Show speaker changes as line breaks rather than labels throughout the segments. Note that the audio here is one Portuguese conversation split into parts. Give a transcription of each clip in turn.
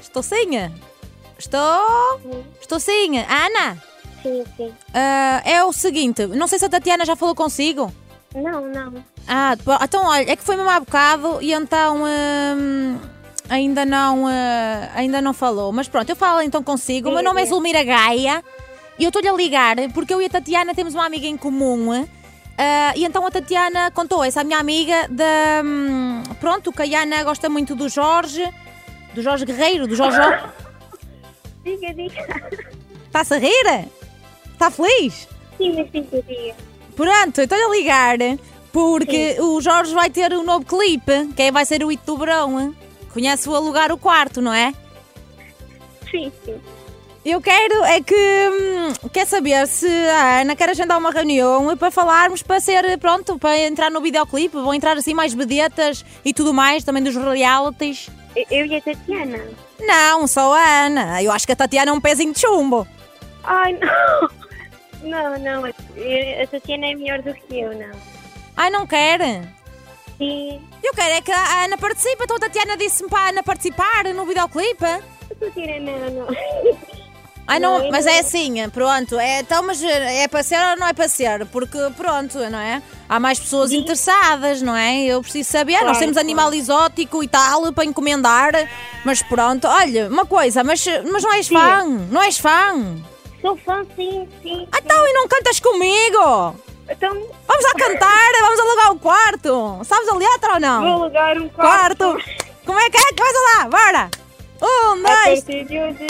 Estou sozinha? Estou?
Sim,
Estou sozinha. Ana,
sim, sim.
ah, é o seguinte, não sei se a Tatiana já falou consigo.
Não, não.
Ah, bom, então olha, é que foi mesmo há bocado e então hum, ainda, não, ah, ainda não falou. Mas pronto, eu falo então consigo. O meu
Sim,
nome é
sim.
Zulmira Gaia e eu estou-lhe a ligar porque eu e a Tatiana temos uma amiga em comum. ah, e então a Tatiana contou, essa é minha amiga, da. hum, pronto, que a Ana gosta muito do Jorge, do Jorge Guerreiro, do Jorge.
Diga, diga.
Está-se a rir? Está feliz?
Sim, mas sim, sim, diga.
Pronto, estou-lhe a ligar porque o Jorge vai ter um novo clipe, que aí vai ser o Ito do Verão. Conhece o alugar o quarto, não é?
Sim, sim.
Eu quero é que hum, quer saber se a Ana quer agendar uma reunião para falarmos para ser pronto, para entrar no videoclipe, vão entrar assim mais vedetas e tudo mais, também dos realities.
Eu- Eu e a Tatiana.
Não, só a Ana. Eu acho que a Tatiana é um pezinho de chumbo.
Ai, não. Não, não. eu- A Tatiana é melhor do que eu, não.
Ai, não quer?
Sim.
Eu quero é que a Ana participe, então a Tatiana disse-me para a Ana participar no videoclipe.
A Tatiana, não, não.
Ai, não,
Não, eu
mas
não-
é assim, pronto. É, então, mas é para ser ou não é para ser? Porque, pronto, não é? Há mais pessoas
Sim.
interessadas, não é? Eu preciso saber. Nós
Uhum. Claro,
temos
claro.
animal exótico e tal para encomendar. Mas pronto, olha, uma coisa, mas, mas não és fã? Não és fã?
Sou fã, sim, sim.
Ah, Então, e não cantas comigo?
Então,
Vamos lá cantar, vamos alugar o quarto. Sabes a letra ou não?
vou alugar um quarto. É
quarto. Como é que é? Começa lá, bora. Um,
A
dois,
partir de hoje,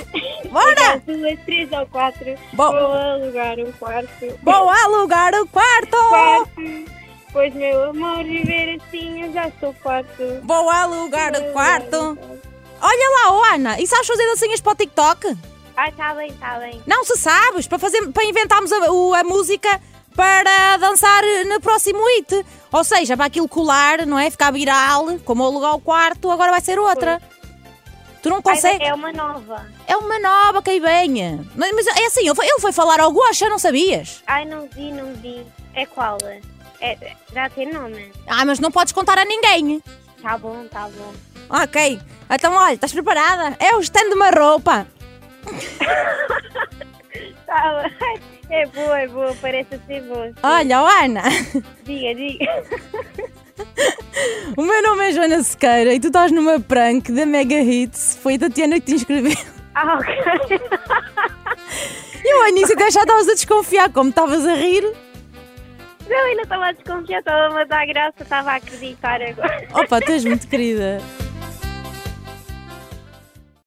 Bora! Oh.
das duas, três ou quatro,
Bom.
vou alugar um quarto.
vou alugar o quarto.
Quarto, pois meu amor, viver assim eu já sou farto.
Vou alugar o
Vou
quarto.
alugar um quarto.
Olha lá, ô Ana, e sabes fazer dancinhas para o TikTok?
Ah, tá bem, tá bem.
Não se sabes, para, fazer, para inventarmos a, o- a música para dançar no próximo hit. Ou seja, para aquilo colar, não é? Ficar viral, como alugar o quarto, agora vai ser outra. Tu não
Ai,
consegues?
É uma nova.
É uma nova que aí venha. Mas, mas é assim, ele foi, ele foi falar ao Guaxa, não sabias?
Ai, não vi, não vi. É qual? É, é- já tem nome?
Ah, mas não podes contar a ninguém.
Tá bom, tá bom.
Ok, então olha, estás preparada? É o stand de uma roupa.
Tá bem. É boa, é boa, parece ser boa. sim.
Olha, ó, Ana,
Diga, diga.
o meu nome é Joana Sequeira e tu estás numa prank da Mega Hits. Foi a Tatiana que te inscreveu.
Ah, ok.
E eu ao início até já estavas a desconfiar, como estavas a rir.
Não, eu não estava a desconfiar, estava a dar graça, estava a acreditar agora.
Opa, tu és muito querida.